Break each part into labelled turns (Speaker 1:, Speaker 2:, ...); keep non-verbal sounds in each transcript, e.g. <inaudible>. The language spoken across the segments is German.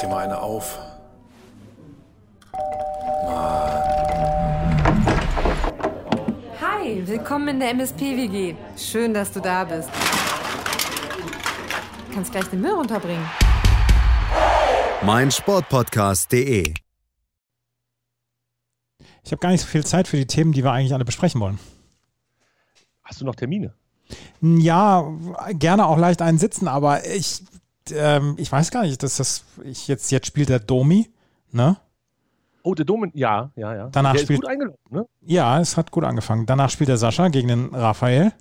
Speaker 1: dir mal eine auf.
Speaker 2: Hi, willkommen in der MSP-WG. Schön, dass du da bist. Du kannst gleich den Müll runterbringen.
Speaker 3: mein Sportpodcast.de.
Speaker 4: Ich habe gar nicht so viel Zeit für die Themen, die wir eigentlich alle besprechen wollen.
Speaker 5: Hast du noch Termine?
Speaker 4: Ja, gerne auch leicht einen sitzen, aber ich, ähm, ich weiß gar nicht, dass das ich jetzt, jetzt spielt der Domi, ne?
Speaker 5: Oh, der Domen, ja, ja, ja.
Speaker 4: Danach
Speaker 5: der
Speaker 4: spielt-
Speaker 5: ist gut eingelaufen, ne?
Speaker 4: Ja, es hat gut angefangen. Danach spielt der Sascha gegen den Raphael.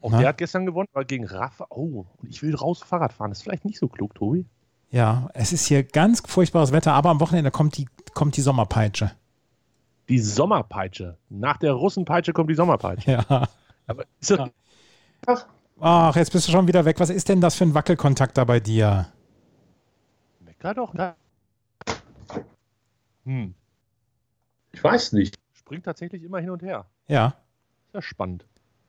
Speaker 5: Auch
Speaker 4: Na?
Speaker 5: der hat gestern gewonnen, aber gegen Rafa. Oh, und ich will raus Fahrrad fahren. Das ist vielleicht nicht so klug, Tobi.
Speaker 4: Ja, es ist hier ganz furchtbares Wetter, aber am Wochenende kommt die, kommt die Sommerpeitsche. <laughs>
Speaker 5: Die Sommerpeitsche. Nach der Russenpeitsche kommt die Sommerpeitsche.
Speaker 4: Ja.
Speaker 5: Aber ist das,
Speaker 4: Ach, jetzt bist du schon wieder weg. Was ist denn das für ein Wackelkontakt da bei dir?
Speaker 5: Mecker doch. Ne? Hm.
Speaker 6: Ich weiß nicht.
Speaker 5: Springt tatsächlich immer hin und her.
Speaker 4: Ja,
Speaker 5: Ist ja spannend.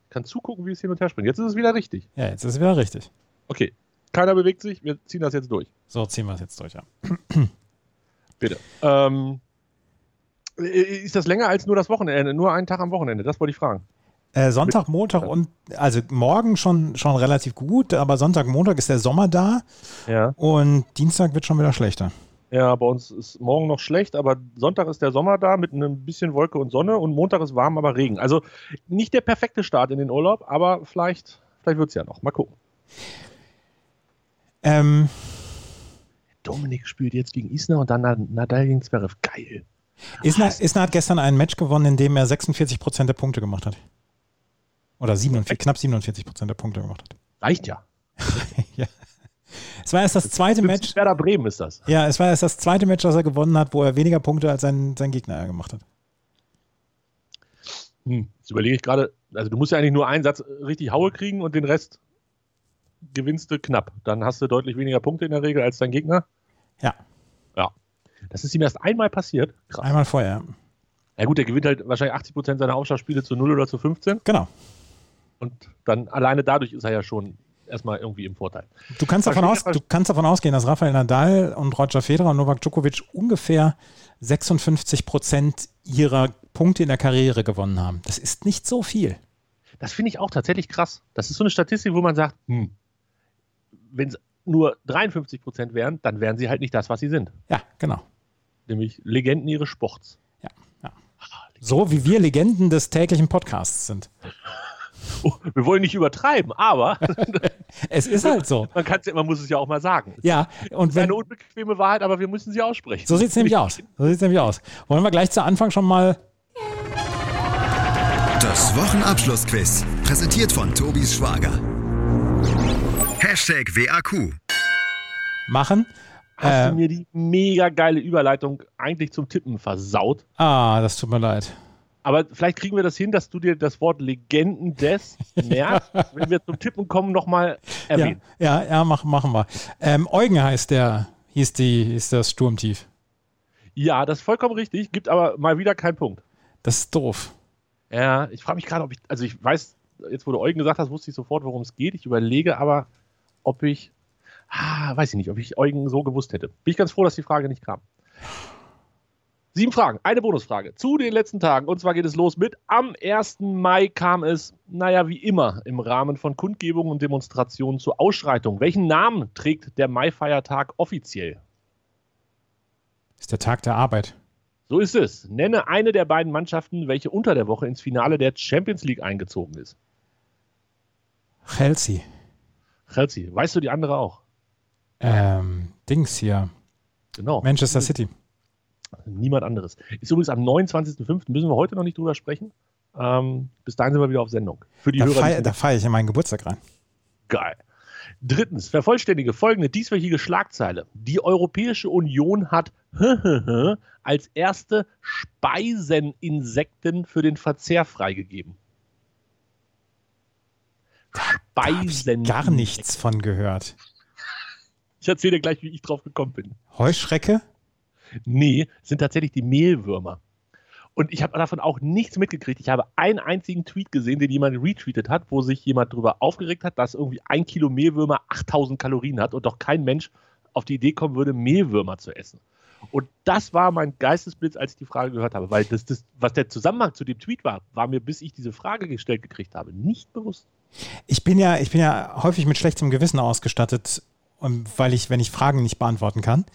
Speaker 5: Kann zugucken, wie es hin und her springt. Jetzt ist es wieder richtig.
Speaker 4: ja, jetzt ist es wieder richtig.
Speaker 5: Okay. Keiner bewegt sich. Wir ziehen das jetzt durch.
Speaker 4: So, ziehen wir es jetzt durch. Ja.
Speaker 5: Bitte. Ähm, äh, ist das länger als nur das Wochenende? Nur einen Tag am Wochenende? Das wollte ich fragen.
Speaker 4: Äh, Sonntag, Montag und also morgen schon, schon relativ gut, aber Sonntag, Montag ist der Sommer da
Speaker 5: Ja.
Speaker 4: und Dienstag wird schon wieder schlechter.
Speaker 5: Ja, bei uns ist morgen noch schlecht, aber Sonntag ist der Sommer da mit einem bisschen Wolke und Sonne und Montag ist warm, aber Regen. Also nicht der perfekte Start in den Urlaub, aber vielleicht, vielleicht wird es ja noch. Mal gucken.
Speaker 4: Ähm,
Speaker 5: Dominik spielt jetzt gegen Isner und dann Nad- Nadal gegen Zverev. Geil.
Speaker 4: Isner, Isner hat gestern ein Match gewonnen, in dem er 46 Prozent der Punkte gemacht hat. Oder 47, knapp 47 Prozent der Punkte gemacht hat.
Speaker 5: Reicht ja.
Speaker 4: Es war erst das zweite Match.
Speaker 5: Werder Bremen ist das.
Speaker 4: Ja, es war erst das zweite Match, das er gewonnen hat, wo er weniger Punkte als sein, sein Gegner gemacht hat.
Speaker 5: Hm, jetzt überlege ich gerade, also du musst ja eigentlich nur einen Satz richtig Haue kriegen und den Rest gewinnst du knapp. Dann hast du deutlich weniger Punkte in der Regel als dein Gegner.
Speaker 4: Ja.
Speaker 5: Ja. Das ist ihm erst einmal passiert. Krass.
Speaker 4: Einmal vorher.
Speaker 5: Ja gut, der gewinnt halt wahrscheinlich 80% seiner Aufschlagspiele zu 0 oder zu 15
Speaker 4: Genau.
Speaker 5: und dann alleine dadurch ist er ja schon erstmal irgendwie im Vorteil.
Speaker 4: Du kannst, davon aus,
Speaker 5: Verstehe,
Speaker 4: du kannst davon ausgehen, dass Rafael Nadal und Roger Federer und Novak Djokovic ungefähr 56 Prozent ihrer Punkte in der Karriere gewonnen haben. Das ist nicht so viel.
Speaker 5: Das finde ich auch tatsächlich krass. Das ist so eine Statistik, wo man sagt, hm, wenn es nur 53% wären, dann wären sie halt nicht das, was sie sind.
Speaker 4: Ja, genau.
Speaker 5: Nämlich Legenden ihres Sports.
Speaker 4: So wie wir Legenden des täglichen Podcasts sind.
Speaker 5: Oh, wir wollen nicht übertreiben, aber
Speaker 4: Es ist halt so.
Speaker 5: man, kann's ja, man muss es ja auch mal sagen.
Speaker 4: Ja, und
Speaker 5: Das ist
Speaker 4: wenn,
Speaker 5: eine unbequeme Wahrheit, aber wir müssen sie aussprechen.
Speaker 4: so sieht es nämlich aus. So sieht's nämlich aus. Wollen wir gleich zu Anfang schon mal
Speaker 3: Das Wochenabschlussquiz, präsentiert von Tobis Schwager. Hashtag WAQ.
Speaker 4: machen? Äh,
Speaker 5: Hast du mir die mega geile Überleitung eigentlich zum Tippen versaut?
Speaker 4: ah, das tut mir leid.
Speaker 5: Aber vielleicht kriegen wir das hin, dass du dir das Wort Legenden
Speaker 4: <laughs>
Speaker 5: des merkst, wenn wir zum Tippen kommen, nochmal
Speaker 4: Ja,
Speaker 5: erwähnen.
Speaker 4: ja, ja mach, machen wir. Ähm, Eugen heißt der, hieß, die, hieß das Sturmtief.
Speaker 5: Ja. das ist vollkommen richtig, gibt aber mal wieder keinen Punkt.
Speaker 4: Das ist doof.
Speaker 5: Ja, ich frage mich gerade, ob ich, also ich weiß, jetzt wo du Eugen gesagt hast, wusste ich sofort, worum es geht. Ich überlege aber, ob ich, ah, weiß ich nicht, ob ich Eugen so gewusst hätte. Bin ich ganz froh, dass die Frage nicht kam. Sieben Fragen, eine Bonusfrage zu den letzten Tagen. Und zwar geht es los mit, am 1. Mai kam es, naja, wie immer, im Rahmen von Kundgebungen und Demonstrationen zu Ausschreitungen. Welchen Namen trägt der Mai-Feiertag offiziell?
Speaker 4: Ist der Tag der Arbeit.
Speaker 5: So ist es. Nenne eine der beiden Mannschaften, welche unter der Woche ins Finale der Champions League eingezogen ist.
Speaker 4: Chelsea.
Speaker 5: Chelsea, weißt du die andere auch?
Speaker 4: Ähm, Dings hier.
Speaker 5: Genau.
Speaker 4: Manchester City.
Speaker 5: Niemand anderes. Ist übrigens am 29.05. müssen wir heute noch nicht drüber sprechen. Ähm, bis dahin sind wir wieder auf Sendung. Für die
Speaker 4: Da
Speaker 5: Hörer.
Speaker 4: feiere
Speaker 5: die-
Speaker 4: da feier ich in meinen Geburtstag rein.
Speaker 5: Geil. Drittens, vervollständige folgende dieswöchige Schlagzeile. Die Europäische Union hat als erste Speiseninsekten für den Verzehr freigegeben.
Speaker 4: Da habe ich
Speaker 5: Speiseninsekten.
Speaker 4: gar nichts von gehört.
Speaker 5: Ich erzähle dir gleich, wie ich drauf gekommen bin.
Speaker 4: Heuschrecke?
Speaker 5: Nee, sind tatsächlich die Mehlwürmer. Und ich habe davon auch nichts mitgekriegt. Ich habe einen einzigen Tweet gesehen, den jemand retweetet hat, wo sich jemand darüber aufgeregt hat, dass irgendwie ein Kilo Mehlwürmer 8000 Kalorien hat und doch kein Mensch auf die Idee kommen würde, Mehlwürmer zu essen. Und das war mein Geistesblitz, als ich die Frage gehört habe, weil das, das, was der Zusammenhang zu dem Tweet war, war mir, bis ich diese Frage gestellt gekriegt habe, nicht bewusst.
Speaker 4: Ich bin ja, ich bin ja häufig mit schlechtem Gewissen ausgestattet, und weil ich, wenn ich Fragen nicht beantworten kann,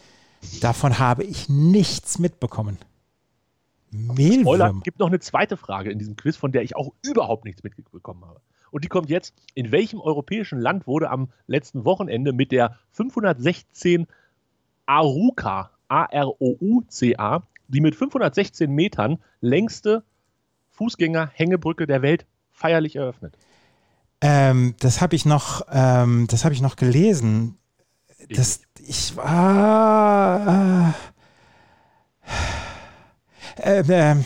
Speaker 4: davon habe ich nichts mitbekommen.
Speaker 5: Spoiler,
Speaker 4: Mehlwürmer.
Speaker 5: gibt noch eine zweite Frage in diesem Quiz, von der ich auch überhaupt nichts mitbekommen habe. Und die kommt jetzt. In welchem europäischen Land wurde am letzten Wochenende mit der 516 Aruca, A-R-O-U-C-A, die mit 516 Metern längste Fußgänger-Hängebrücke der Welt feierlich eröffnet?
Speaker 4: Ähm, das habe ich noch, ähm, das habe ich noch gelesen. Das, ich war äh, äh, ähm,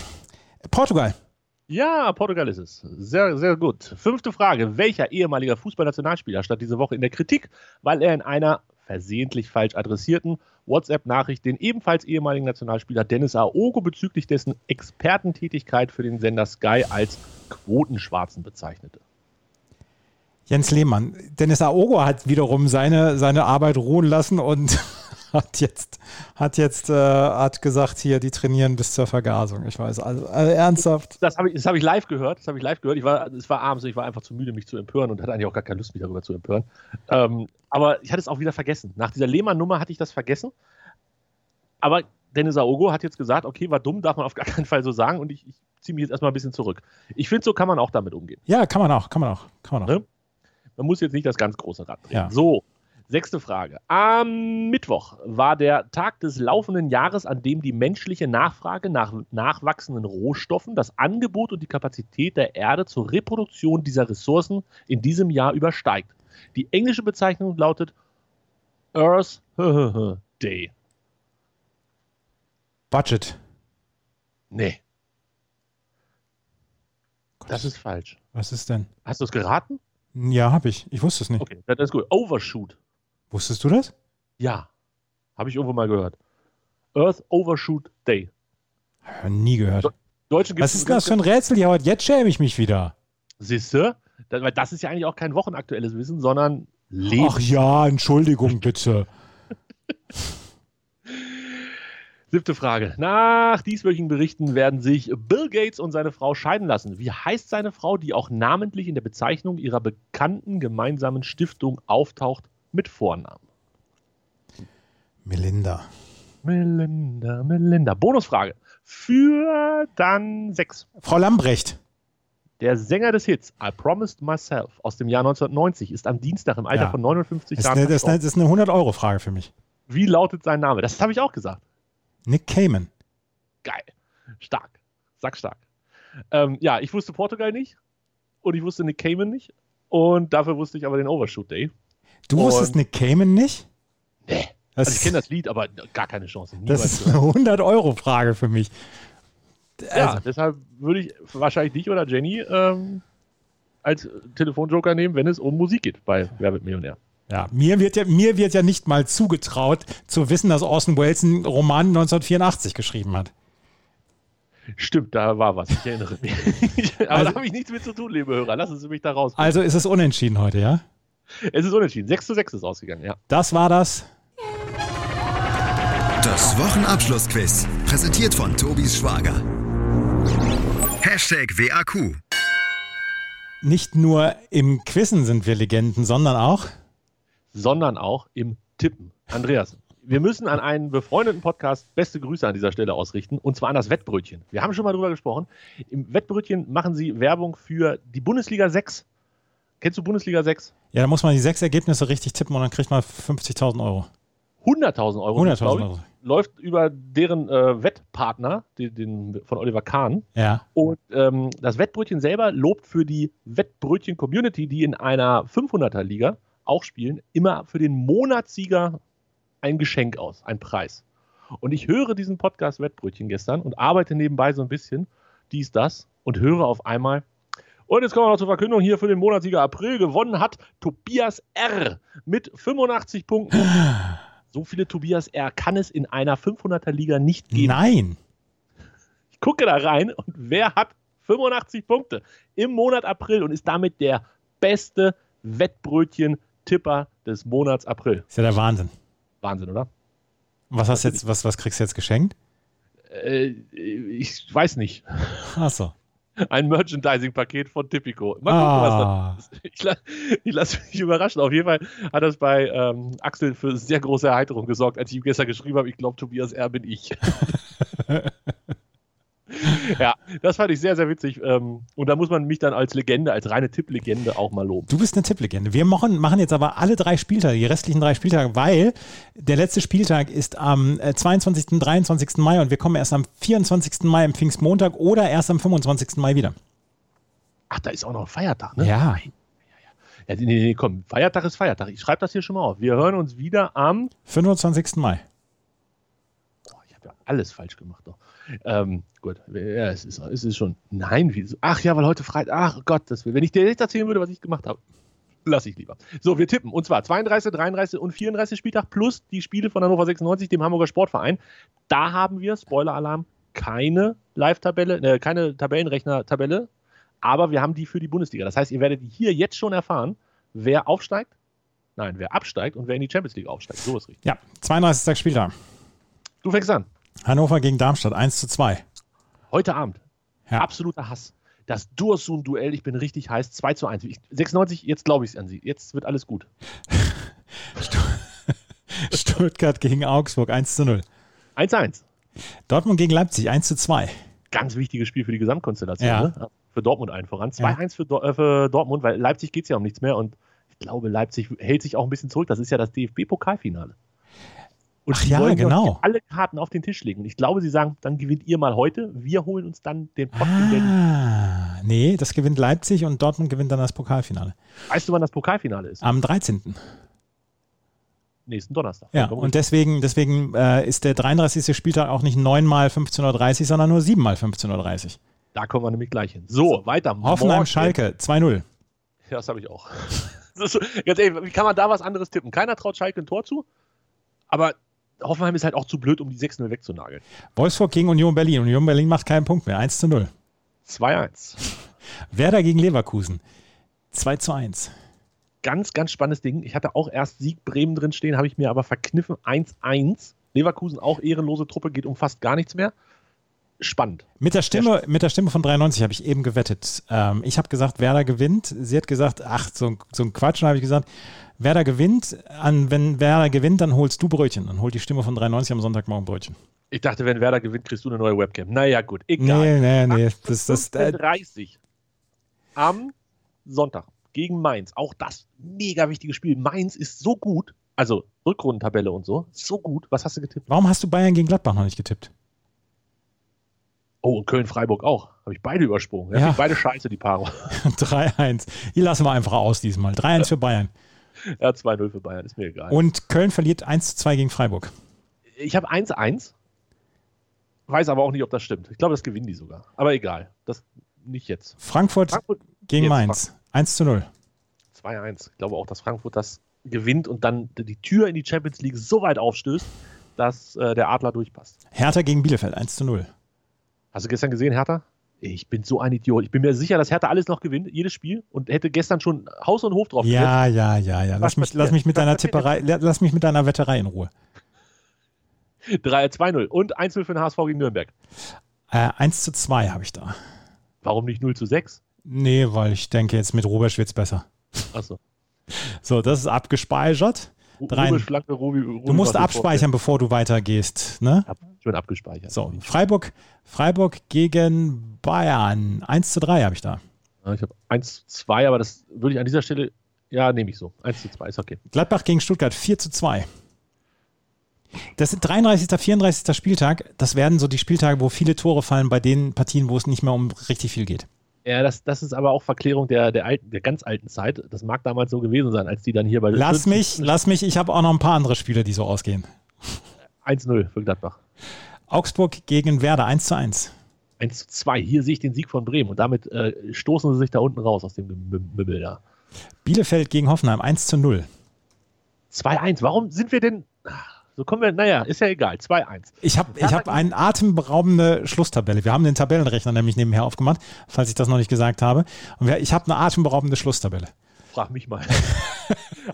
Speaker 4: Portugal.
Speaker 5: Ja, Portugal ist es. Sehr, sehr gut. Fünfte Frage. Welcher ehemaliger Fußballnationalspieler stand diese Woche in der Kritik, weil er in einer versehentlich falsch adressierten WhatsApp-Nachricht den ebenfalls ehemaligen Nationalspieler Dennis Aogo bezüglich dessen Expertentätigkeit für den Sender Sky als Quotenschwarzen bezeichnete?
Speaker 4: Jens Lehmann. Dennis Aogo hat wiederum seine, seine Arbeit ruhen lassen und <laughs> hat jetzt, hat jetzt äh, hat gesagt, hier, die trainieren bis zur Vergasung. Ich weiß, also, also ernsthaft.
Speaker 5: Das habe ich, das hab ich live gehört. Das habe ich live gehört. Ich war, es war abends und ich war einfach zu müde, mich zu empören und hatte eigentlich auch gar keine Lust, mich darüber zu empören. Ähm, aber ich hatte es auch wieder vergessen. Nach dieser Lehmann-Nummer hatte ich das vergessen. Aber Dennis Aogo hat jetzt gesagt, okay, war dumm, darf man auf gar keinen Fall so sagen und ich, ich ziehe mich jetzt erstmal ein bisschen zurück. Ich finde, so kann man auch damit umgehen.
Speaker 4: Ja, kann man auch, kann man auch, kann man auch.
Speaker 5: Ne? Man muss jetzt nicht das ganz große Rad drehen.
Speaker 4: Ja.
Speaker 5: So, sechste Frage. Am Mittwoch war der Tag des laufenden Jahres, an dem die menschliche Nachfrage nach nachwachsenden Rohstoffen das Angebot und die Kapazität der Erde zur Reproduktion dieser Ressourcen in diesem Jahr übersteigt. Die englische Bezeichnung lautet Earth <laughs> Day.
Speaker 4: Budget.
Speaker 5: Nee, das ist falsch.
Speaker 4: Was ist denn?
Speaker 5: Hast du es geraten?
Speaker 4: Ja, habe ich. Ich wusste es nicht.
Speaker 5: Okay, das ist gut. Overshoot.
Speaker 4: Wusstest du das?
Speaker 5: Ja, habe ich irgendwo mal gehört. Earth Overshoot Day.
Speaker 4: Hab ich nie gehört.
Speaker 5: Deutschen
Speaker 4: Was ist denn das für ein Rätsel hier heute? Jetzt schäme ich mich wieder.
Speaker 5: Siehste? Da- Weil das ist ja eigentlich auch kein wochenaktuelles Wissen, sondern Leben.
Speaker 4: Ach ja, Entschuldigung bitte.
Speaker 5: Siebte Frage. Nach dieswöchigen Berichten werden sich Bill Gates und seine Frau scheiden lassen. Wie heißt seine Frau, die auch namentlich in der Bezeichnung ihrer bekannten gemeinsamen Stiftung auftaucht mit Vornamen?
Speaker 4: Melinda.
Speaker 5: Melinda, Melinda. Bonusfrage. Für dann sechs.
Speaker 4: Frau Lambrecht.
Speaker 5: Der Sänger des Hits I Promised Myself aus dem Jahr 1990 ist am Dienstag im Alter
Speaker 4: Ja.
Speaker 5: von 59
Speaker 4: Das ist
Speaker 5: Jahren
Speaker 4: eine, das ist ne- eine,
Speaker 5: verstorben.
Speaker 4: das ist eine 100-Euro-Frage für mich.
Speaker 5: Wie lautet sein Name? Das habe ich auch gesagt.
Speaker 4: Nick Cayman.
Speaker 5: Geil. Stark. Sag stark. Ähm, ja, ich wusste Portugal nicht und ich wusste Nick Cayman nicht und dafür wusste ich aber den Overshoot Day.
Speaker 4: Du
Speaker 5: Und-
Speaker 4: wusstest Nick Cayman nicht?
Speaker 5: Nee.
Speaker 4: Das,
Speaker 5: Also ich kenne das Lied, aber gar keine Chance.
Speaker 4: Das
Speaker 5: Niemals
Speaker 4: ist <laughs>
Speaker 5: gehört.
Speaker 4: eine 100-Euro-Frage für mich. also
Speaker 5: ja, deshalb würde ich wahrscheinlich dich oder Jenny ähm, als Telefonjoker nehmen, wenn es um Musik geht bei Wer wird Millionär.
Speaker 4: Ja, mir wird ja, mir wird ja nicht mal zugetraut, zu wissen, dass Orson Welles einen Roman 1984 geschrieben hat.
Speaker 5: Stimmt, da war was. Ich erinnere mich. <laughs> Aber
Speaker 4: Also-
Speaker 5: da habe ich nichts mit zu tun, liebe Hörer. Lassen Sie mich da raus.
Speaker 4: Also ist es unentschieden heute, ja?
Speaker 5: Es ist unentschieden. 6 zu 6 ist ausgegangen, ja.
Speaker 4: Das war das.
Speaker 3: Das Wochenabschlussquiz, präsentiert von Tobis Schwager. Hashtag WAQ.
Speaker 4: Nicht nur im Quizzen sind wir Legenden, sondern auch.
Speaker 5: Sondern auch im Tippen. Andreas, wir müssen an einen befreundeten Podcast beste Grüße an dieser Stelle ausrichten, und zwar an das Wettbrötchen. Wir haben schon mal drüber gesprochen. Im Wettbrötchen machen sie Werbung für die Bundesliga 6. Kennst du Bundesliga 6?
Speaker 4: Ja, da muss man die sechs Ergebnisse richtig tippen und dann kriegt man 50.000 Euro.
Speaker 5: 100.000 Euro.
Speaker 4: 100.000
Speaker 5: glaub ich.
Speaker 4: Euro.
Speaker 5: Läuft über deren äh, Wettpartner, den, den von Oliver Kahn.
Speaker 4: Ja.
Speaker 5: Und ähm, das Wettbrötchen selber lobt für die Wettbrötchen-Community, die in einer 500er-Liga auch spielen, immer für den Monatssieger ein Geschenk aus, ein Preis. Und ich höre diesen Podcast Wettbrötchen gestern und arbeite nebenbei so ein bisschen dies, das und höre auf einmal. Und jetzt kommen wir noch zur Verkündung hier für den Monatssieger April. Gewonnen hat Tobias R. mit 85 Punkten. So viele Tobias R. kann es in einer 500er-Liga nicht geben.
Speaker 4: Nein.
Speaker 5: Ich gucke da rein und wer hat 85 Punkte im Monat April und ist damit der beste Wettbrötchen-Tipper des Monats April.
Speaker 4: Ist ja der Wahnsinn.
Speaker 5: Wahnsinn, oder?
Speaker 4: Was hast jetzt, was, was kriegst du jetzt geschenkt?
Speaker 5: Äh, ich weiß nicht.
Speaker 4: Achso.
Speaker 5: Ein Merchandising-Paket von Tipico. Mal
Speaker 4: Ah.
Speaker 5: was das ist. <laughs> Ich, la ich lasse mich überraschen. Auf jeden Fall hat das bei ähm, Axel für sehr große Erheiterung gesorgt, als ich ihm gestern geschrieben habe, ich glaube, Tobias R. bin ich. ja, das fand ich sehr, sehr witzig. Ähm, und da muss man mich dann als Legende, als reine Tipplegende auch mal loben.
Speaker 4: Du bist eine Tipplegende. Wir machen, machen jetzt aber alle drei Spieltage, die restlichen drei Spieltage, weil der letzte Spieltag ist am äh, 22. 23. Mai und wir kommen erst am 24. Mai am Pfingstmontag oder erst am 25. Mai wieder.
Speaker 5: Ach, da ist auch noch ein Feiertag, ne?
Speaker 4: Ja.
Speaker 5: ja nee, nee, nee, komm, Feiertag ist Feiertag. Ich schreibe das hier schon mal auf. Wir hören uns wieder am
Speaker 4: 25. Mai.
Speaker 5: Boah, Oh, ich habe ja alles falsch gemacht noch. Ähm, gut, ja, es ist, es ist schon. Nein, wieso? Ach ja, weil heute Freitag. Ach Gott, das will, wenn ich dir jetzt erzählen würde, was ich gemacht habe, lass ich lieber. So, wir tippen. Und zwar 32, 33 und 34 Spieltag plus die Spiele von Hannover 96, dem Hamburger Sportverein. Da haben wir, Spoiler-Alarm, keine Live-Tabelle, äh, keine Tabellenrechner-Tabelle, aber wir haben die für die Bundesliga. Das heißt, ihr werdet hier jetzt schon erfahren, wer aufsteigt, nein, wer absteigt und wer in die Champions League aufsteigt. So ist richtig.
Speaker 4: Ja, 32. Spieltag.
Speaker 5: Du fängst an.
Speaker 4: Hannover gegen Darmstadt 1 zu
Speaker 5: <laughs>
Speaker 4: 2.
Speaker 5: Heute Abend.
Speaker 4: Ja.
Speaker 5: Absoluter Hass. Das Dursun-Duell, ich bin richtig heiß, 2 zu 1. Ich, 96, jetzt glaube ich es an sie. Jetzt wird alles gut.
Speaker 4: Stuttgart gegen Augsburg 1 zu 0.
Speaker 5: 1 zu 1.
Speaker 4: Dortmund gegen Leipzig 1 zu 2.
Speaker 5: Ganz wichtiges Spiel für die Gesamtkonstellation.
Speaker 4: Ja.
Speaker 5: Ne? Für Dortmund allen voran. 2
Speaker 4: Ja.
Speaker 5: 1 für, Dor- äh, für Dortmund, weil Leipzig geht es ja um nichts mehr. Und ich glaube, Leipzig hält sich auch ein bisschen zurück. Das ist ja das DFB-Pokalfinale. Und
Speaker 4: Ach
Speaker 5: die
Speaker 4: ja,
Speaker 5: wollen doch
Speaker 4: genau.
Speaker 5: alle Karten auf den Tisch legen. Und ich glaube, sie sagen, dann gewinnt ihr mal heute. Wir holen uns dann den Pott. Ah.
Speaker 4: Ah, nee, das gewinnt Leipzig und Dortmund gewinnt dann das Pokalfinale.
Speaker 5: Weißt du, wann das Pokalfinale ist?
Speaker 4: Am 13.
Speaker 5: Nächsten Donnerstag.
Speaker 4: Ja,
Speaker 5: Komm,
Speaker 4: und deswegen, deswegen äh, ist der 33. Spieltag auch nicht 9 mal 15.30 Uhr, sondern nur 7 mal 15.30
Speaker 5: da kommen wir nämlich gleich hin. So, weiter.
Speaker 4: Uhr. Hoffenheim,
Speaker 5: Morgen-
Speaker 4: Schalke 2-0.
Speaker 5: Ja, das habe ich auch. <laughs> Das ist so, ganz ehrlich, wie kann man da was anderes tippen? Keiner traut Schalke ein Tor zu, aber Hoffenheim ist halt auch zu blöd, um die 6-0 wegzunageln.
Speaker 4: Wolfsburg gegen Union Berlin. Union Berlin macht keinen Punkt mehr. 1 zu 0.
Speaker 5: 2-1.
Speaker 4: Werder gegen Leverkusen. 2 zu 1.
Speaker 5: Ganz, ganz spannendes Ding. Ich hatte auch erst Sieg Bremen drin stehen, habe ich mir aber verkniffen. 1-1. Leverkusen auch ehrenlose Truppe, geht um fast gar nichts mehr. Spannend.
Speaker 4: Mit der Stimme, mit der Stimme von 93 habe ich eben gewettet. Ähm, ich habe gesagt, Werder gewinnt. Sie hat gesagt, ach, so, ein- so ein Quatsch. Und habe ich gesagt, Werder gewinnt. An, wenn Werder gewinnt, dann holst du Brötchen. Dann holt die Stimme von 93 am Sonntagmorgen Brötchen.
Speaker 5: Ich dachte, wenn Werder gewinnt, kriegst du eine neue Webcam. Naja, gut, egal.
Speaker 4: Nee, nee, nee. Das, das, äh,
Speaker 5: 30 am Sonntag gegen Mainz. Auch das mega wichtige Spiel. Mainz ist so gut, also Rückrundentabelle und so, so gut. Was hast du getippt?
Speaker 4: warum hast du Bayern gegen Gladbach noch nicht getippt? <laughs>
Speaker 5: Oh, und Köln-Freiburg auch. Habe ich beide übersprungen.
Speaker 4: Ja.
Speaker 5: Ja. Ich beide scheiße, die Paarung. <laughs>
Speaker 4: 3-1. Die lassen wir einfach aus diesmal. 3-1 für Bayern.
Speaker 5: Ja, 2-0 für Bayern, ist mir egal.
Speaker 4: Und Köln verliert 1-2 gegen Freiburg.
Speaker 5: ich habe 1-1. Weiß aber auch nicht, ob das stimmt. Ich glaube, das gewinnen die sogar. Aber egal. Das nicht jetzt.
Speaker 4: Frankfurt
Speaker 5: Frankfurt
Speaker 4: gegen
Speaker 5: jetzt
Speaker 4: Mainz. 1 zu 0.
Speaker 5: 2-1. Ich glaube auch, dass Frankfurt das gewinnt und dann die Tür in die Champions League so weit aufstößt, dass äh, der Adler durchpasst.
Speaker 4: Hertha gegen Bielefeld. 1 zu 0.
Speaker 5: Hast du gestern gesehen, Hertha? Ich bin so ein Idiot. Ich bin mir sicher, dass Hertha alles noch gewinnt, jedes Spiel und hätte gestern schon Haus und Hof drauf gesetzt.
Speaker 4: Ja, ja, ja, ja. Lass
Speaker 5: Was
Speaker 4: mich,
Speaker 5: passiert?
Speaker 4: lass mich mit
Speaker 5: Was
Speaker 4: deiner
Speaker 5: passiert
Speaker 4: Tipperei, lass mich mit deiner Wetterei in Ruhe.
Speaker 5: 3 2-0 und 1-0 für den HSV gegen Nürnberg.
Speaker 4: Äh, 1 zu 2 habe ich da.
Speaker 5: Warum nicht 0 zu 6?
Speaker 4: Nee, weil ich denke, jetzt mit Robert wird's besser.
Speaker 5: Achso.
Speaker 4: So, das ist abgespeichert.
Speaker 5: Ru-
Speaker 4: Rein.
Speaker 5: Rubisch, Flanke, Rubi, Rubi
Speaker 4: Du musst
Speaker 5: war sofort
Speaker 4: abspeichern, bevor du weitergehst. Ne?
Speaker 5: weg. Hab schon abgespeichert.
Speaker 4: So, Freiburg, Freiburg gegen Bayern. 1 zu 3 habe ich da.
Speaker 5: Ja, Ich habe 1 zu 2, aber das würde ich an dieser Stelle. Ja, nehme ich so. 1 zu 2 ist okay.
Speaker 4: Gladbach gegen Stuttgart 4 zu 2. Das sind 33., 34. Spieltag. Das werden so die Spieltage, wo viele Tore fallen bei den Partien, wo es nicht mehr um richtig viel geht.
Speaker 5: Ja, das, das ist aber auch Verklärung der, der, alten, der ganz alten Zeit. Das mag damals so gewesen sein, als die dann hier bei
Speaker 4: Lass mich, lass mich, ich habe auch noch ein paar andere Spiele, die so ausgehen.
Speaker 5: 1-0 für Gladbach.
Speaker 4: Augsburg gegen Werder 1 zu 1.
Speaker 5: 1 zu 2. Hier sehe ich den Sieg von Bremen und damit äh, stoßen sie sich da unten raus aus dem Mümmel da.
Speaker 4: Bielefeld gegen Hoffenheim 1 zu 0.
Speaker 5: 2-1. Warum sind wir denn. Ah, So kommen wir. Naja, ist ja egal. 2-1.
Speaker 4: Ich habe ich hab eine atemberaubende Schlusstabelle. Wir haben den Tabellenrechner nämlich nebenher aufgemacht, falls ich das noch nicht gesagt habe. Und wir, ich habe eine atemberaubende Schlusstabelle.
Speaker 5: Frag mich mal.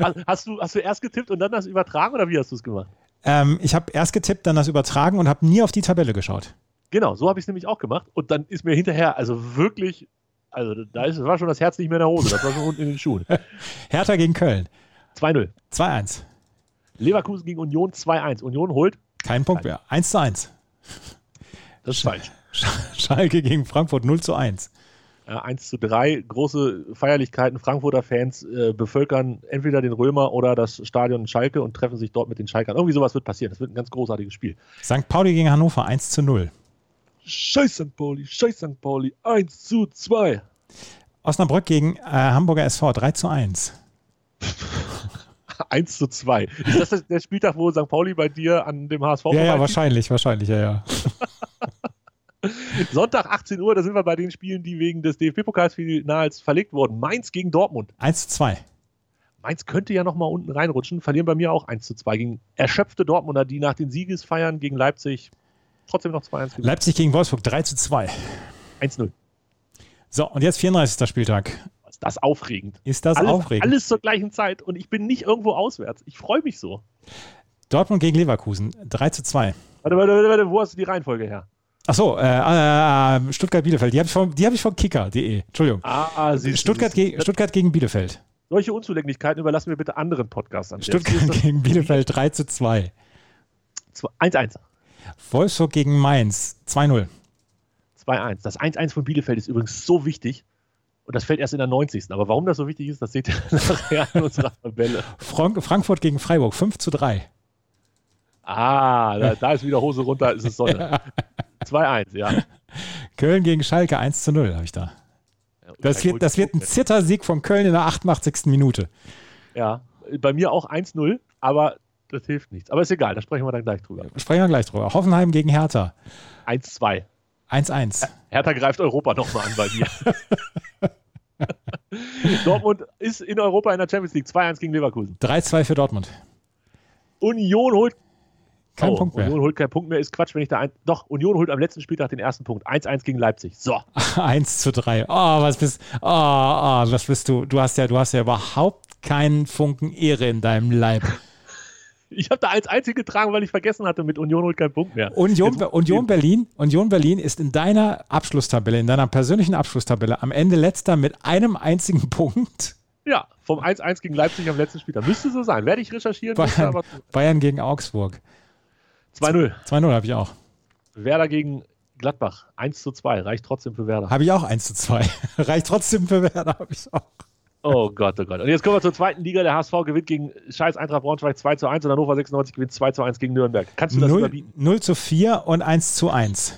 Speaker 5: Ha- hast, du, hast du erst getippt und dann das übertragen oder wie hast du es gemacht?
Speaker 4: Ähm, ich habe erst getippt, dann das übertragen und habe nie auf die Tabelle geschaut.
Speaker 5: Genau, so habe ich es nämlich auch gemacht. Und dann ist mir hinterher, also wirklich, also da ist, war schon das Herz nicht mehr in der Hose, das war schon unten in den Schuhen.
Speaker 4: Hertha gegen Köln.
Speaker 5: 2-0.
Speaker 4: 2-1.
Speaker 5: Leverkusen gegen Union 2-1. Union holt,
Speaker 4: Kein Punkt mehr. 1 zu 1.
Speaker 5: das ist falsch.
Speaker 4: Sch- Schalke gegen Frankfurt 0 zu 1.
Speaker 5: Äh, 1 zu 3, große Feierlichkeiten. Frankfurter Fans äh, bevölkern entweder den Römer oder das Stadion in Schalke und treffen sich dort mit den Schalkern. Irgendwie sowas wird passieren. Das wird ein ganz großartiges Spiel.
Speaker 4: St. Pauli gegen Hannover 1 zu 0.
Speaker 5: Scheiß St. Pauli, Scheiß St. Pauli, 1 zu 2.
Speaker 4: Osnabrück gegen äh, Hamburger SV 3 zu 1.
Speaker 5: 1 zu 2. Ist das das der Spieltag, wo St. Pauli bei dir an dem HSV
Speaker 4: Ja, ja,
Speaker 5: vorbeizieht?
Speaker 4: wahrscheinlich, wahrscheinlich, ja, ja.
Speaker 5: Sonntag 18 Uhr, da sind wir bei den Spielen, die wegen des DFB-Pokalfinals verlegt wurden. Mainz gegen Dortmund.
Speaker 4: 1 zu 2.
Speaker 5: Mainz könnte ja nochmal unten reinrutschen, verlieren bei mir auch 1 zu 2 gegen erschöpfte Dortmunder, die nach den Siegesfeiern gegen Leipzig trotzdem noch 2-1 gewinnen.
Speaker 4: Leipzig gegen Wolfsburg 3 zu 2.
Speaker 5: 1-0.
Speaker 4: So, und jetzt 34. Spieltag.
Speaker 5: Ist das aufregend.
Speaker 4: Ist das
Speaker 5: alles,
Speaker 4: aufregend?
Speaker 5: alles zur gleichen Zeit und ich bin nicht irgendwo auswärts. Ich freue mich so.
Speaker 4: Dortmund gegen Leverkusen 3 zu 2.
Speaker 5: Warte, warte, warte, warte, wo hast du die Reihenfolge her?
Speaker 4: Achso, äh, äh, Stuttgart-Bielefeld. Die habe ich von, die hab ich von kicker.de. Entschuldigung.
Speaker 5: Ah, siehst du,
Speaker 4: Stuttgart,
Speaker 5: siehst du.
Speaker 4: ge Stuttgart gegen Bielefeld.
Speaker 5: Solche Unzulänglichkeiten überlassen wir bitte anderen Podcasts an.
Speaker 4: Stuttgart gegen Bielefeld 3 zu 2.
Speaker 5: 1-1.
Speaker 4: Wolfsburg gegen Mainz 2-0.
Speaker 5: 2-1. Das 1-1 von Bielefeld ist übrigens so wichtig. Und das fällt erst in der 90. Aber warum das so wichtig ist, das seht ihr <laughs> nachher in unserer Tabelle.
Speaker 4: Frank Frankfurt gegen Freiburg 5 zu 3.
Speaker 5: Ah, da, da ist wieder Hose runter, ist
Speaker 4: <laughs>
Speaker 5: es Sonne. 2-1, ja.
Speaker 4: Köln gegen Schalke 1 zu 0 habe ich da. Das wird, das wird ein Zittersieg von Köln in der 88. Minute.
Speaker 5: Ja, bei mir auch 1-0, aber das hilft nichts. Aber ist egal, da sprechen wir dann gleich drüber.
Speaker 4: Sprechen wir gleich drüber. Hoffenheim gegen Hertha
Speaker 5: 1-2.
Speaker 4: 1-1.
Speaker 5: Hertha greift Europa nochmal an bei mir.
Speaker 4: <laughs>
Speaker 5: Dortmund ist in Europa in der Champions League. 2-1 gegen Leverkusen.
Speaker 4: 3-2 für Dortmund.
Speaker 5: Union holt
Speaker 4: Kein
Speaker 5: Oh,
Speaker 4: Punkt mehr. <laughs>
Speaker 5: Union holt keinen Punkt mehr, ist Quatsch, wenn ich da ein. Doch, Union holt am letzten Spieltag den ersten Punkt. 1-1 gegen Leipzig.
Speaker 4: <laughs>
Speaker 5: So,
Speaker 4: 1 zu 3. Oh, was bist, oh, oh, was bist du? Du hast ja, du hast ja überhaupt keinen Funken Ehre in deinem Leib.
Speaker 5: ich habe da 1-1 hingetragen, weil ich vergessen hatte, mit Union holt keinen Punkt mehr.
Speaker 4: Union,
Speaker 5: Jetzt-
Speaker 4: Union Berlin, Union Berlin ist in deiner Abschlusstabelle, in deiner persönlichen Abschlusstabelle am Ende letzter mit einem einzigen <laughs> Punkt.
Speaker 5: Ja, vom 1-1 gegen Leipzig am letzten Spieltag. Müsste so sein. Werde ich recherchieren. müsste
Speaker 4: Bayern,
Speaker 5: aber-
Speaker 4: Bayern gegen Augsburg.
Speaker 5: 2-0.
Speaker 4: 2-0 habe ich auch.
Speaker 5: Werder gegen Gladbach. 1-2. Reicht trotzdem für Werder.
Speaker 4: Habe ich auch 1 zu 2. <laughs> Reicht trotzdem für Werder, habe ich auch.
Speaker 5: Oh Gott, oh Gott. Und jetzt kommen wir zur zweiten Liga. Der HSV gewinnt gegen Scheiß Eintracht Braunschweig 2-1 und Hannover 96 gewinnt 2-1 gegen Nürnberg. Kannst du das
Speaker 4: 0,
Speaker 5: überbieten?
Speaker 4: 0 zu 4 und 1 zu 1.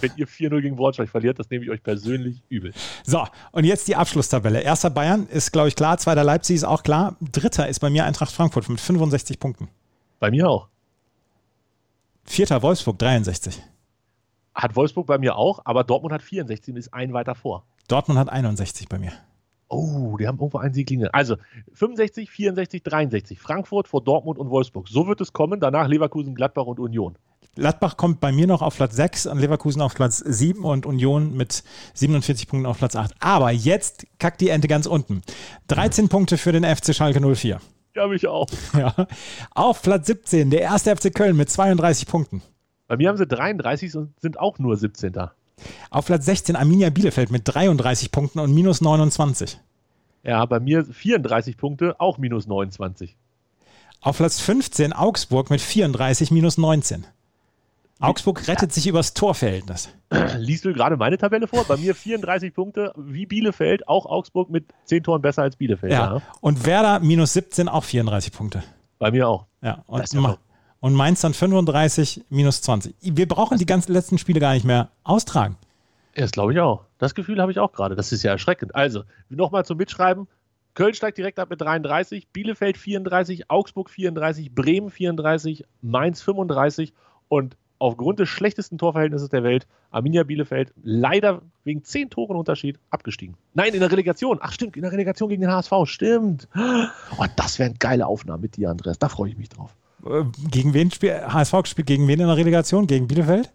Speaker 5: Wenn ihr 4-0 gegen Braunschweig verliert, das nehme ich euch persönlich übel.
Speaker 4: So, und jetzt die Abschlusstabelle. Erster Bayern ist, glaube ich, klar. Zweiter Leipzig ist auch klar. Dritter ist bei mir Eintracht Frankfurt mit 65 Punkten.
Speaker 5: Bei mir auch.
Speaker 4: Vierter Wolfsburg 63.
Speaker 5: Hat Wolfsburg bei mir auch, aber Dortmund hat 64 und ist ein weiter vor.
Speaker 4: Dortmund hat 61 bei mir.
Speaker 5: Oh, die haben irgendwo einen Sieg liegen. Also 65, 64, 63. Frankfurt vor Dortmund und Wolfsburg. So wird es kommen. Danach Leverkusen, Gladbach und Union.
Speaker 4: Gladbach kommt bei mir noch auf Platz 6 und Leverkusen auf Platz 7 und Union mit 47 Punkten auf Platz 8. Aber jetzt kackt die Ente ganz unten. 13 Punkte für den FC Schalke 04.
Speaker 5: Die habe ich auch.
Speaker 4: <laughs> Ja. Auf Platz 17 der erste FC Köln mit 32 Punkten.
Speaker 5: Bei mir haben sie 33 und sind auch nur 17.
Speaker 4: Auf Platz 16 Arminia Bielefeld mit 33 Punkten und minus 29.
Speaker 5: Ja, bei mir 34 Punkte, auch minus 29.
Speaker 4: Auf Platz 15 Augsburg mit 34 minus 19. Augsburg rettet sich übers Torverhältnis.
Speaker 5: Liest du gerade meine Tabelle vor? Bei mir 34 Punkte, wie Bielefeld, auch Augsburg mit 10 Toren besser als Bielefeld.
Speaker 4: Ja. Und Werder minus 17 auch 34 Punkte.
Speaker 5: Bei mir auch.
Speaker 4: Ja.
Speaker 5: Das
Speaker 4: Und,
Speaker 5: ist ja
Speaker 4: Ma-
Speaker 5: verrückt.
Speaker 4: und Mainz dann 35 minus 20. Wir brauchen die ganzen letzten Spiele gar nicht mehr austragen.
Speaker 5: Ja, Das glaube ich auch. Das Gefühl habe ich auch gerade. Das ist ja erschreckend. Also, nochmal zum Mitschreiben. Köln steigt direkt ab mit 33, Bielefeld 34, Augsburg 34, Bremen 34, Mainz 35 und aufgrund des schlechtesten Torverhältnisses der Welt, Arminia Bielefeld leider wegen 10 Toren Unterschied abgestiegen. Nein, in der Relegation. Ach stimmt, in der Relegation gegen den HSV. Stimmt. Und das wären geile Aufnahmen mit dir, Andreas. Da freue ich mich drauf.
Speaker 4: Äh, Gegen wen spielt HSV gespielt? Gegen wen in der Relegation? Gegen Bielefeld?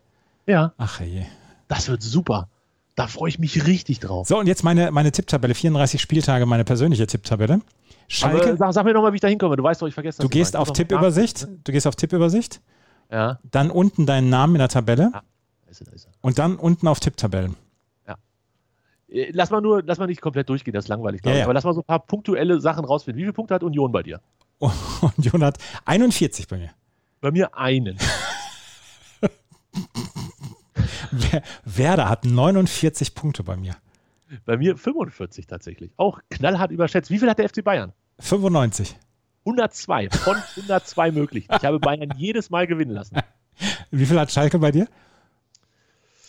Speaker 5: Ja,
Speaker 4: Ach je.
Speaker 5: das wird super. Da freue ich mich richtig drauf.
Speaker 4: So, und jetzt meine, meine Tipptabelle, 34 Spieltage, meine persönliche Tipptabelle. Schalke,
Speaker 5: Aber sag, sag mir nochmal, wie ich da hinkomme. Du weißt doch, ich vergesse das.
Speaker 4: du gehst
Speaker 5: immer. Ich
Speaker 4: auf
Speaker 5: muss noch mal ne?
Speaker 4: Tippübersicht, du gehst auf Tippübersicht,
Speaker 5: nachgucken. Ja,
Speaker 4: dann unten deinen Namen in der Tabelle
Speaker 5: Ah. da ist er, da ist er.
Speaker 4: und dann unten auf Tipptabellen. <laughs>
Speaker 5: Äh, Lass mal nur, lass mal nicht komplett durchgehen, das ist langweilig, glaube
Speaker 4: Ja,
Speaker 5: ich.
Speaker 4: ja.
Speaker 5: Aber lass mal so ein paar punktuelle Sachen rausfinden. Wie viele Punkte hat Union bei dir?
Speaker 4: Und Jon hat 41 bei mir.
Speaker 5: Bei mir
Speaker 4: <laughs>
Speaker 5: einen.
Speaker 4: Wer- Werder hat 49 Punkte bei mir.
Speaker 5: bei mir 45 tatsächlich. Auch knallhart überschätzt. Wie viel hat der FC Bayern?
Speaker 4: 95.
Speaker 5: 102 von
Speaker 4: <laughs>
Speaker 5: 102 möglichen. Ich habe Bayern jedes Mal gewinnen lassen.
Speaker 4: Wie viel hat Schalke bei dir? <laughs>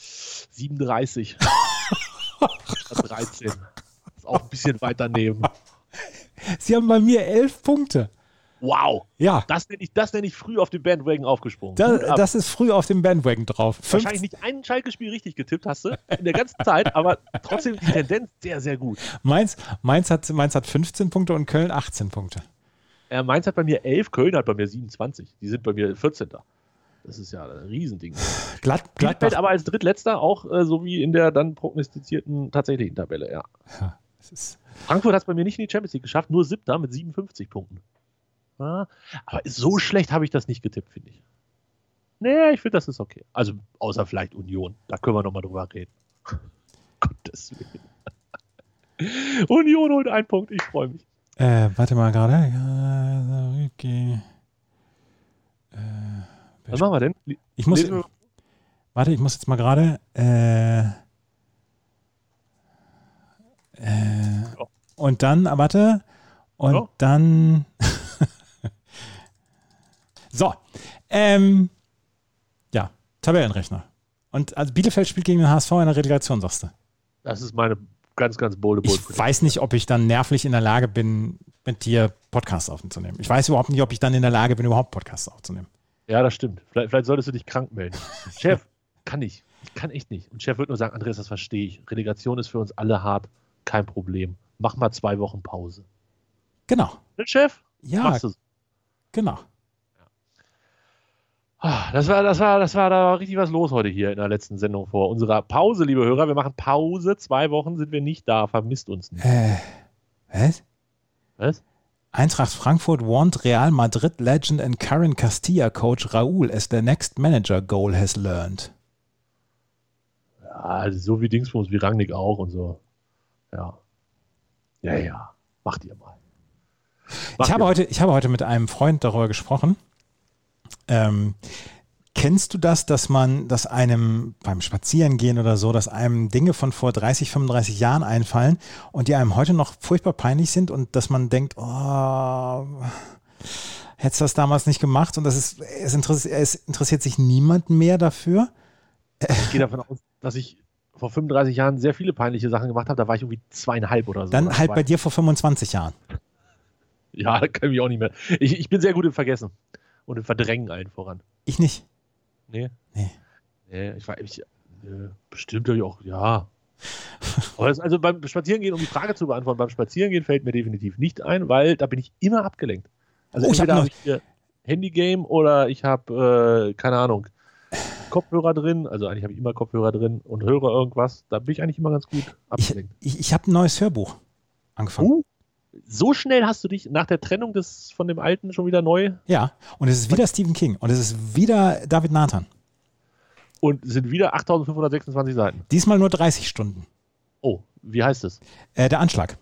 Speaker 5: 37. 13. Ist auch ein bisschen weit daneben.
Speaker 4: Sie haben bei mir 11 Punkte.
Speaker 5: Wow.
Speaker 4: Ja,
Speaker 5: Das nenne ich, das nenne ich früh auf den Bandwagon aufgesprungen.
Speaker 4: da,
Speaker 5: Hut ab.
Speaker 4: das ist früh auf dem Bandwagon drauf. 15
Speaker 5: Wahrscheinlich nicht ein Schalke-Spiel richtig getippt hast du in der ganzen Zeit, aber trotzdem die Tendenz sehr, sehr gut.
Speaker 4: Mainz, Mainz, hat, Mainz hat 15 Punkte und Köln 18 Punkte.
Speaker 5: Äh, Mainz hat bei mir 11, Köln hat bei mir 27. Die sind bei mir 14. Das ist ja ein Riesending.
Speaker 4: Glatt,
Speaker 5: Gladbach
Speaker 4: Gladbach,
Speaker 5: aber als Drittletzter auch äh, so wie in der dann prognostizierten tatsächlichen Tabelle, ja.
Speaker 4: das ist,
Speaker 5: Frankfurt hat es bei mir nicht in die Champions League geschafft, nur siebter mit 57 Punkten. Ja, aber so schlecht habe ich das nicht getippt, finde ich. Nee, ich finde, das ist okay. Also, außer vielleicht Union. Da können wir nochmal drüber reden. <laughs> Gottes Willen. Union holt einen Punkt, ich freue mich.
Speaker 4: äh, warte mal gerade. Ja, okay.
Speaker 5: Was machen wir denn? Li-
Speaker 4: Ich muss,
Speaker 5: Lesen wir-
Speaker 4: warte, ich muss jetzt mal gerade. Äh, äh, und dann, ah, warte. Und
Speaker 5: Ja.
Speaker 4: dann. <laughs> so. Ähm, ja, Tabellenrechner. Und also Bielefeld spielt gegen den HSV in der Relegation, sagst du.
Speaker 5: Das ist meine ganz, ganz bohle
Speaker 4: Ich
Speaker 5: bohle
Speaker 4: weiß nicht, ob ich dann nervlich in der Lage bin, mit dir Podcasts aufzunehmen. Ich weiß überhaupt nicht, ob ich dann in der Lage bin, überhaupt Podcasts aufzunehmen.
Speaker 5: Ja, das stimmt. Vielleicht, vielleicht solltest du dich
Speaker 4: <laughs>
Speaker 5: krank melden. Chef, kann ich. Ich kann echt nicht. Und Chef wird nur sagen, Andreas, das verstehe ich. Relegation ist für uns alle hart. Kein Problem. Mach mal zwei Wochen Pause.
Speaker 4: Genau.
Speaker 5: Ne, Chef?
Speaker 4: Ja,
Speaker 5: Machst du so.
Speaker 4: genau.
Speaker 5: Ah, Das war, das war, das war, da war richtig was los heute hier in der letzten Sendung vor unserer Pause, liebe Hörer. Wir machen Pause. Zwei Wochen sind wir nicht da. Vermisst uns nicht.
Speaker 4: Äh, was?
Speaker 5: Was?
Speaker 4: Eintracht Frankfurt warned Real Madrid legend and current Castilla coach Raúl as their next manager goal has learned.
Speaker 5: Ja, Also so wie Dingsbums, wie Rangnick auch und so. Ja. Ja, ja. Macht ihr mal. Macht
Speaker 4: Ich habe,
Speaker 5: ihr
Speaker 4: heute, ich habe heute mit einem Freund darüber gesprochen. Ähm, kennst du das, dass man, dass einem beim Spazierengehen oder so, dass einem Dinge von vor 30, 35 Jahren einfallen und die einem heute noch furchtbar peinlich sind und dass man denkt, oh, hättest du das damals nicht gemacht und das ist, es interessiert, es interessiert sich niemand mehr dafür?
Speaker 5: Ich gehe davon aus, dass ich vor 35 Jahren sehr viele peinliche Sachen gemacht habe. Da war ich irgendwie zweieinhalb oder so.
Speaker 4: Dann
Speaker 5: oder
Speaker 4: halt
Speaker 5: zwei.
Speaker 4: bei dir vor 25 Jahren.
Speaker 5: Ja, <laughs> da kann ich mich auch nicht mehr. Ich, ich bin sehr gut im Vergessen und im Verdrängen allen voran.
Speaker 4: Ich nicht.
Speaker 5: Nee.
Speaker 4: Nee.
Speaker 5: Nee, ich war ich, äh, bestimmt habe ich auch,
Speaker 4: <laughs>
Speaker 5: ja. Aber das, also beim Spazierengehen, um die Frage zu beantworten, beim Spazierengehen fällt mir definitiv nicht ein, weil da bin ich immer abgelenkt. Also
Speaker 4: Oh, ich hab
Speaker 5: entweder
Speaker 4: noch-
Speaker 5: habe ich hier Handygame oder ich habe, äh, keine Ahnung, Kopfhörer drin. Also eigentlich habe ich immer Kopfhörer drin und höre irgendwas. Da bin ich eigentlich immer ganz gut
Speaker 4: Ich,
Speaker 5: abgelenkt.
Speaker 4: ich, ich habe ein neues Hörbuch angefangen.
Speaker 5: Uh, so schnell hast du dich nach der Trennung des, von dem Alten schon wieder neu
Speaker 4: Ja, und es ist wieder Stephen King und es ist wieder David Nathan.
Speaker 5: und es sind wieder 8526 Seiten.
Speaker 4: Diesmal nur 30 Stunden.
Speaker 5: Oh, wie heißt es?
Speaker 4: Äh, der Anschlag.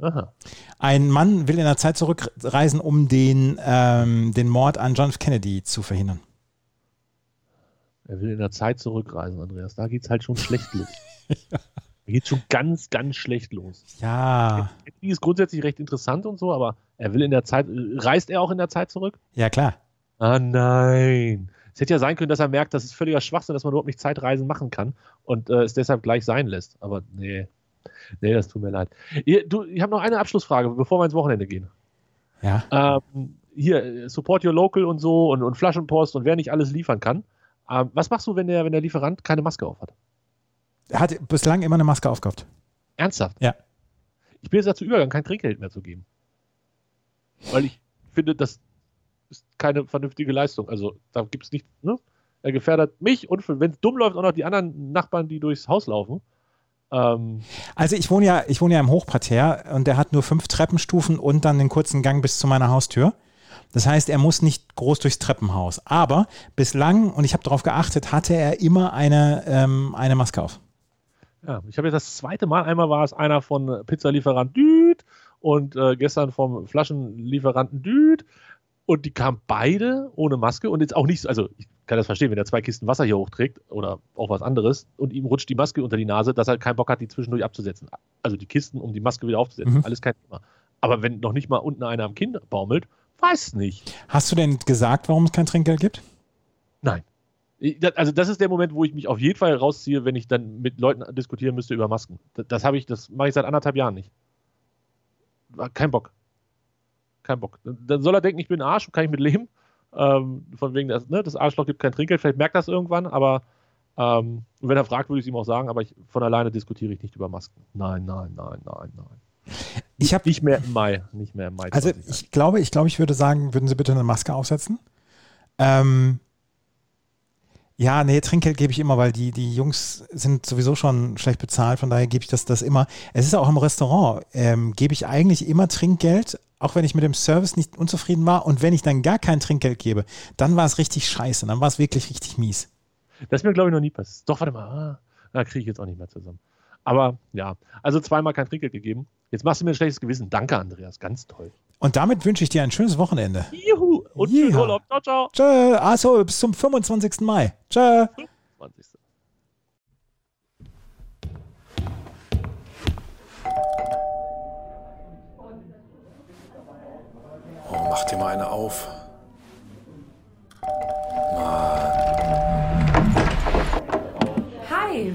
Speaker 5: Aha.
Speaker 4: Ein Mann will in der Zeit zurückreisen, um den, ähm, den Mord an John F. Kennedy zu verhindern.
Speaker 5: Er will in der Zeit zurückreisen, Andreas. Da geht's halt schon schlecht los. Da geht's schon ganz, ganz schlecht los.
Speaker 4: Ja,
Speaker 5: Die ist grundsätzlich recht interessant und so, aber er will in der Zeit, äh, reist er auch in der Zeit zurück?
Speaker 4: ja klar.
Speaker 5: Ah nein. Es hätte ja sein können, dass er merkt, das ist völliger Schwachsinn, dass man überhaupt nicht Zeitreisen machen kann und äh, es deshalb gleich sein lässt. Aber nee. Nee, das tut mir leid. Ihr, du, ich habe noch eine Abschlussfrage, bevor wir ins Wochenende gehen.
Speaker 4: Ja.
Speaker 5: Ähm, hier, äh, support your local und so und, und Flaschenpost und wer nicht alles liefern kann. Ähm, was machst du, wenn der, wenn der Lieferant keine Maske auf hat?
Speaker 4: Er hat bislang immer eine Maske aufgehabt.
Speaker 5: Ernsthaft?
Speaker 4: Ja.
Speaker 5: Ich bin jetzt dazu übergegangen, kein Trinkgeld mehr zu geben. Weil ich finde, das ist keine vernünftige Leistung. Also da gibt es nichts, ne? Er gefährdet mich und wenn es dumm läuft, auch noch die anderen Nachbarn, die durchs Haus laufen. Ähm,
Speaker 4: Also ich wohne ja, ich wohne ja im Hochparterre und der hat nur fünf Treppenstufen und dann den kurzen Gang bis zu meiner Haustür. Das heißt, er muss nicht groß durchs Treppenhaus. Aber bislang, und ich habe darauf geachtet, hatte er immer eine, ähm, eine Maske auf.
Speaker 5: ja, ich habe jetzt das zweite Mal, einmal war es einer von äh, Pizzalieferant Düt und äh, gestern vom Flaschenlieferanten Düt und die kamen beide ohne Maske und jetzt auch nicht, also ich kann das verstehen, wenn er zwei Kisten Wasser hier hochträgt oder auch was anderes und ihm rutscht die Maske unter die Nase, dass er keinen Bock hat, die zwischendurch abzusetzen. Also die Kisten, um die Maske wieder aufzusetzen,
Speaker 4: Mhm.
Speaker 5: alles kein Thema. Aber wenn noch nicht mal unten einer am Kind baumelt, weiß nicht.
Speaker 4: Hast du denn gesagt, warum es kein Trinkgeld gibt?
Speaker 5: Ich- das- Also das ist der Moment, wo ich mich auf jeden Fall rausziehe, wenn ich dann mit Leuten diskutieren müsste über Masken. Das, das habe ich, das mache ich seit anderthalb Jahren nicht. War Kein Bock. Kein Bock. Dann soll er denken, ich bin ein Arsch, kann ich mit leben. Ähm, von wegen, das, ne, das Arschloch gibt kein Trinkgeld, vielleicht merkt das irgendwann, aber ähm, und wenn er fragt, würde ich es ihm auch sagen, aber ich, von alleine diskutiere ich nicht über Masken. Nein, nein, nein, nein, nein.
Speaker 4: Ich habe,
Speaker 5: Nicht mehr im Mai. Nicht mehr im Mai.
Speaker 4: also
Speaker 5: 20.
Speaker 4: ich glaube, ich glaube, ich würde sagen, würden Sie bitte eine Maske aufsetzen? Ähm, ja, nee, Trinkgeld gebe ich immer, weil die, die Jungs sind sowieso schon schlecht bezahlt, von daher gebe ich das, das immer. Es ist auch im Restaurant, ähm, gebe ich eigentlich immer Trinkgeld, auch wenn ich mit dem Service nicht unzufrieden war. Und wenn ich dann gar kein Trinkgeld gebe, dann war es richtig scheiße, dann war es wirklich richtig mies.
Speaker 5: Das ist mir, glaube ich, noch nie passiert. Doch, warte mal. Ah, da kriege ich jetzt auch nicht mehr zusammen. Aber ja, also zweimal kein Trinkgeld gegeben. Jetzt machst du mir ein schlechtes Gewissen. Danke, Andreas. Ganz toll.
Speaker 4: Und damit wünsche ich dir ein schönes Wochenende.
Speaker 5: Juhu. Und schönen
Speaker 4: Jeha.
Speaker 5: Urlaub. Ciao, ciao.
Speaker 4: Tschö, also bis zum 25. Mai. Tschö.
Speaker 5: 20.
Speaker 1: Oh, mach dir mal eine auf.
Speaker 2: Hi,